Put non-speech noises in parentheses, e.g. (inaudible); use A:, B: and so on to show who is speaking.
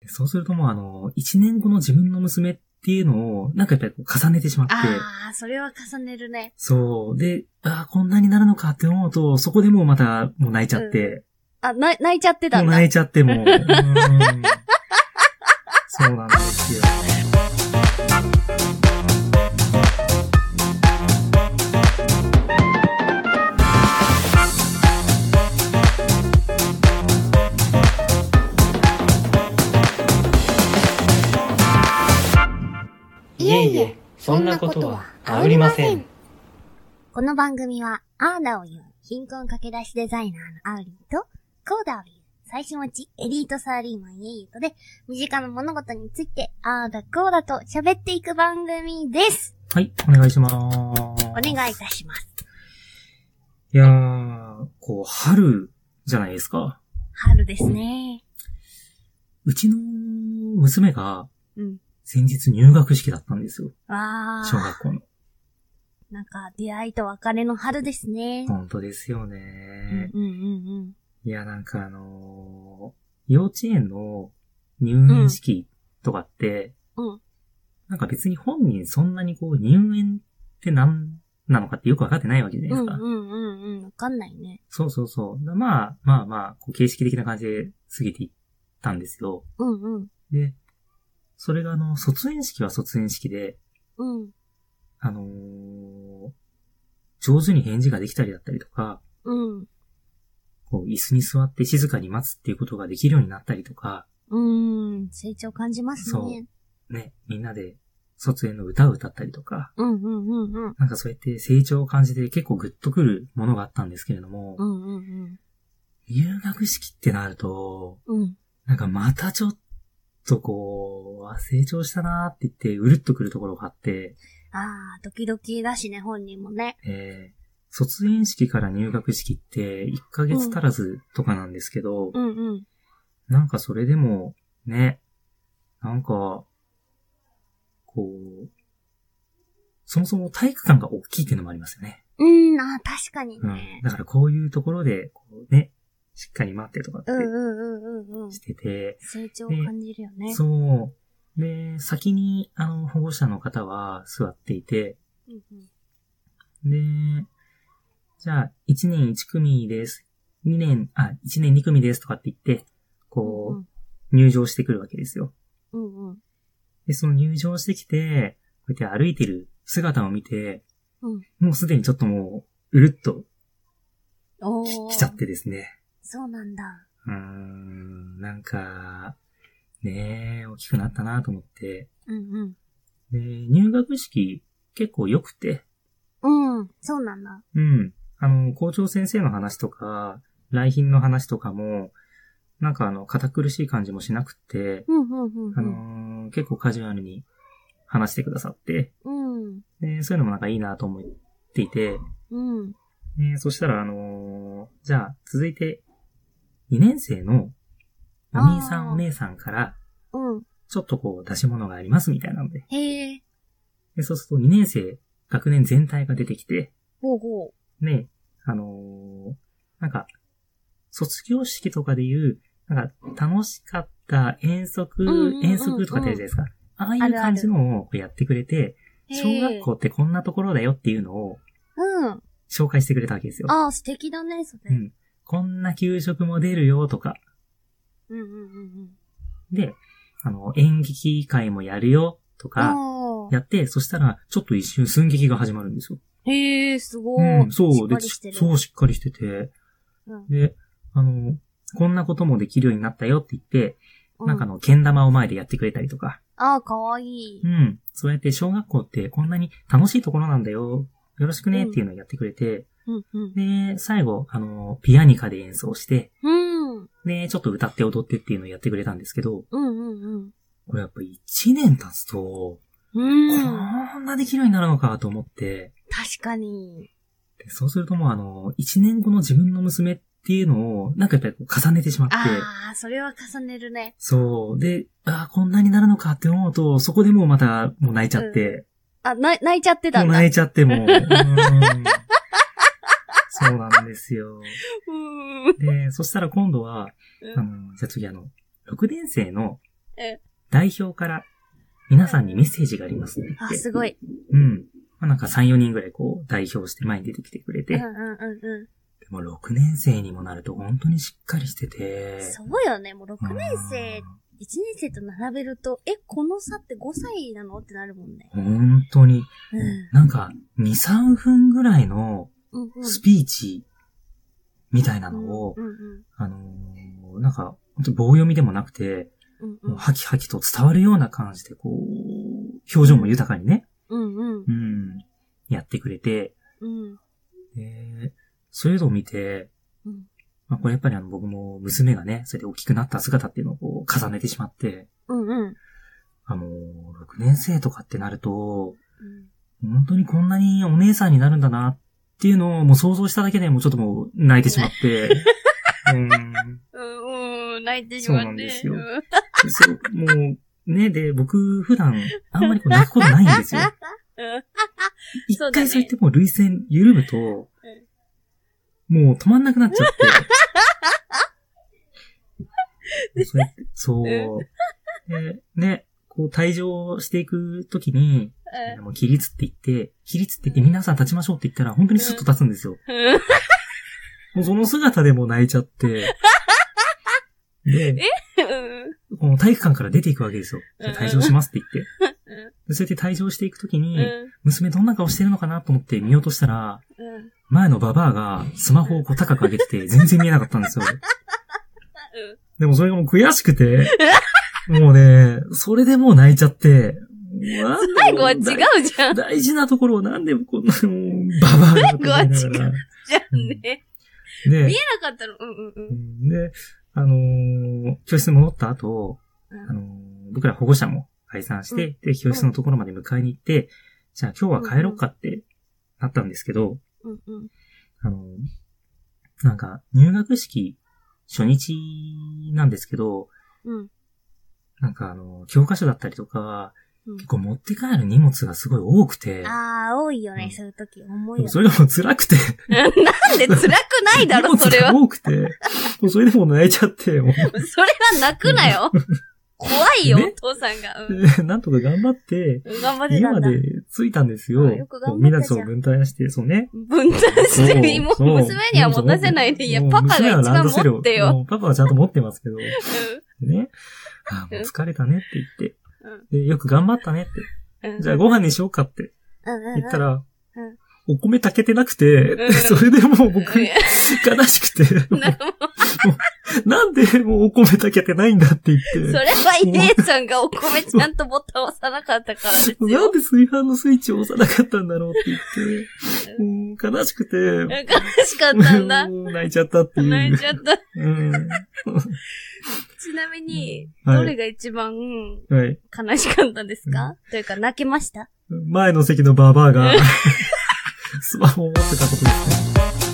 A: でそうするともうあの、一年後の自分の娘っていうのを、なんかやっぱりこう重ねてしまって、
B: ああ、それは重ねるね。
A: そう。で、ああ、こんなになるのかって思うと、そこでもうまた、もう泣いちゃって、
B: あ、な、泣いちゃってた
A: も
B: ん
A: う
B: だ。
A: 泣いちゃって
B: (laughs)
A: もう、うーんそうなんですよ。
C: いえいえ、そんなことはありません。。
B: この番組は、アーダを言う、貧困駆け出しデザイナーのアウリンと、コーダを言う、最新持ち、エリートサラリーマンイエイユとで、身近な物事について、アーダ、コーダと喋っていく番組です。
A: はい、お願いします。
B: お願いいたします。
A: いやー、こう、春じゃないですか。
B: 春ですね。
A: うちの娘が
B: うん。
A: 先日入学式だったんですよ。
B: わ
A: 小
B: ー。
A: 学校の。
B: なんか、出会いと別れの春ですね。
A: 本当ですよ
B: うん
A: ね。
B: うんうん
A: いや、なんかあのー幼稚園の入園式とかって、
B: うん。うん。
A: なんか別に本人そんなにこう入園って何なのかってよくわかってないわけじゃな
B: う
A: いです
B: ん
A: か。
B: うんうんうん。わかんないね。
A: そうそうそう。だまあまあまあ、こう形式的な感じで過ぎていったんですよ。
B: うんうん。
A: で、それがあの、卒園式は卒園式で、
B: うん。
A: あのー上手に返事ができたりだったりとか、
B: うん。
A: こう椅子に座って静かに待つっていうことができるようになったりとか、
B: うーん。成長感じます
A: そう
B: ね。
A: ね、みんなで卒園の歌を歌ったりとか、
B: うんうんうんうん。
A: なんかそうやって成長を感じて結構グッとくるものがあったんですけれども、
B: うんうん
A: 入学式ってなると、
B: うん。うん。
A: なんかまたちょっとこう、あ成長したなーって言って、うるっとくるところがあって、
B: ああ、ドキドキだしね、本人もね。
A: えー卒園式から入学式って1ヶ月足らずとかなんですけど、
B: うんうん。
A: なんかそれでも、ね、なんか、こう、そもそも体育館が大きいっていうのもありますよね。
B: うん、ああ、確かに
A: うん
B: ね。。
A: だからこういうところで、こうね、しっかり待ってとかって
B: うんうんうんうんうん。
A: してて、
B: 成長を感じるよね。
A: そう。で、先に、あの、保護者の方は座っていて、
B: うんうん
A: で、じゃあ、1年1組です。2年、あ、1年2組ですとかって言って、こう、入場してくるわけですよ。
B: うんうん。
A: で、その入場してきて、こうやって歩いてる姿を見て、
B: うん
A: もうすでにちょっともう、うるっと
B: お
A: き
B: ー
A: 来ちゃっ。てですね。
B: そうなんだ。
A: うーん、なんか、ねえ、大きくなったなと思って。
B: うん
A: で、入学式結構良くて、
B: うん。うん、そうなんだ。
A: うん。あの、校長先生の話とか、来賓の話とかも、なんかあの、堅苦しい感じもしなくて、
B: うんうんうん
A: あのー結構カジュアルに話してくださって、
B: うん。
A: で、そういうのもなんかいいなと思っていて、
B: うん。うん。
A: でそしたらあのーじゃあ、続いて、2年生のお兄さ
B: あ
A: ん
B: ー
A: お姉さんから、
B: うん。
A: ちょっとこう出し物がありますみたいなので。
B: へえ。
A: でそうすると2年生、学年全体が出てきて、
B: ほうほう。
A: ね、あのーなんか、卒業式とかで言う、なんか、楽しかった、遠足、
B: んうんうん
A: 遠足とかってあるじゃないですか。ああい
B: あ
A: う
B: るある
A: 感じのをこうやってくれて、
B: へえ
A: 小学校ってこんなところだよっていうのを
B: うん。
A: 紹介してくれたわけですよ。
B: ああ、素敵だね、それ。
A: うん。こんな給食も出るよとか。
B: うんうんうん
A: で、あの、演劇会もやるよと
B: うん。
A: か、
B: おー
A: やって、そしたら、ちょっと一瞬寸劇が始まるんですよ。
B: へえ、すご
A: う
B: い。
A: ん、そう、
B: で
A: で、
B: してる。
A: そう、しっかりしてて、
B: うん
A: で、あの、こんなこともできるようになったよって言って、
B: う
A: なんかあの、剣玉を前でやってくれたりとか、
B: ああ、かわいい。
A: うん、そうやって小学校ってこんなに楽しいところなんだよ、よろしくねっていうのをやってくれて、
B: うん、うん。
A: で、最後、あの、ピアニカで演奏して、
B: うん。うん、
A: で、ちょっと歌って踊ってっていうのをやってくれたんですけど、
B: うん、
A: これやっぱ1年経つと、
B: うん。うん。
A: こんなできるようになるのかと思って、
B: 確かに。
A: でそうするともうあの、1年後の自分の娘っていうのを、なんかやっぱりこう重ねてしまって、
B: ああ、それは重ねるね。
A: そう。で、ああ、こんなになるのかって思うと、そこでもうまた、もう泣いちゃって。
B: あ、な、泣いちゃってた
A: も
B: ん
A: う
B: だ。
A: 泣
B: う
A: いちゃ
B: (laughs)
A: ってもう。うーんそうなんですよ。
B: ーん。
A: で、そしたら今度は、
B: うん
A: あの、じゃあ次あの、6年生の
B: うん
A: 代表から皆さんにメッセージがありますって言
B: あ
A: っ、て、
B: すごい。
A: うん。まあ、なんか3、4人ぐらいこう代表して前に出てきてくれ
B: う
A: て、
B: んうんうんう
A: でも6年生にもなると本当にしっかりしてて
B: ん。、そうよね。もう6年生、1年生と並べると、え、この差って5歳なのってなるもんね。
A: 本当に、
B: うん
A: なんか2、3分ぐらいの
B: うんうん。
A: スピーチみたいなのを、
B: うんうん
A: あのーなんか、本当棒読みでもなくて、
B: うんう。
A: もうんハキハキと伝わるような感じで、こう、表情も豊かにね、
B: うんうん
A: うん、やってくれて、
B: うん。
A: でそういうのを見て、
B: うん
A: まあこれやっぱりあの僕も娘がね、それで大きくなった姿っていうのをこう重ねてしまって、
B: うんうん。
A: あのー、6年生とかってなると、
B: うん
A: 本当にこんなにお姉さんになるんだなっていうのをもう想像しただけでもうちょっともう泣いてしまって、うん
B: うんうん、泣いてし
A: そう
B: まって。
A: なんですよ
B: うん
A: そう、もう、ね、で、僕、普段、あんまりこう泣くことないん
B: (laughs)
A: ですよ。
B: うん
A: 一
B: そうだ
A: 回
B: ね
A: そう言っても、涙腺緩むと、もう止まんなくなっちゃって。そうやってそう。でね、こう退場していくときに、もう起立って言って、起立って言って皆さん立ちましょうって言ったら、本当にスッと立つんですよ。
B: うん
A: もうその姿でもう泣いちゃっ
B: (laughs)
A: て。で、
B: うん
A: この体育館から出ていくわけですよ。
B: うん
A: 退場しますって言って。
B: うん
A: でそうやって退場していくときに、
B: うん
A: 娘どんな顔してるのかなと思って見ようとしたら、
B: うん
A: 前のババアがスマホをこう高く上げてて全然見えなかったん
B: (laughs)
A: ですよ。でもそれがもう悔しくて、もうね、それでもう泣いちゃって、最
B: 最後は違うじゃん。
A: 大事なところをなんでこんな、もうババアがとか言いながら。
B: じゃんね。
A: で
B: 見え、なかったの。うんうんうん。
A: で、あのー教室に戻った後、
B: うん
A: あのー僕ら保護者も解散して、で、教室のところまで迎えに行って、じゃあ今日は帰ろうかってなったんですけど、
B: うんうん。
A: あの、なんか、入学式初日なんですけど、
B: うん
A: なんかあの、教科書だったりとか、
B: うん
A: 結構持って帰る荷物がすごい多くて、
B: ああ、多いよ
A: う
B: ね
A: ん、
B: そういう時。重い
A: でも
B: よね
A: そ。れがもう辛くて、
B: なんで辛くないだろ、それは。
A: 荷
B: そ
A: 物が多くて、もうそれでもう泣いちゃって、もう、
B: れは泣くなよ。怖いよ、
A: ね
B: お父さんが。うん
A: で (laughs) なんとか頑張って、
B: 頑張って
A: 家
B: た
A: ま
B: んだ。
A: で着いたんですよ。
B: あよく頑
A: みん
B: 張
A: な
B: っ
A: で
B: た
A: そ
B: じゃ
A: う
B: ん
A: 分担して、そうね。
B: 分担 (laughs) して、も
A: そう
B: う娘には持たせないで、いや、
A: もう
B: パパが一番
A: 娘はランドセルを
B: 持ってよ。
A: もうパパはちゃんと持ってますけど。ね。あーもう疲れたねって言って。でよく頑張ったねって。じゃあご飯にしようかって言った
B: ら、
A: ら
B: うん、
A: お米炊けてなく
B: う
A: て、(laughs)
B: ん
A: それでもう僕、
B: うん
A: 悲しくて、 (laughs)
B: なんかもう
A: なんでもうお米炊けてないんだって言
B: そ
A: っ
B: れはイエさんがお米ちゃんとボタン押さなかったからです
A: て、な
B: よ
A: ん。で炊飯のスイッチを押さなかったんだろうって言って、うん悲しくて、
B: 悲しかったんだ。
A: うん泣いちゃったっていう。
B: 泣いちゃった。
A: うん
B: ちなみに、
A: はい
B: どれが一番
A: はい。
B: 悲しかったですか、というか、泣けました (laughs)
A: 前の席のババアが、スマホを持ってたことですね。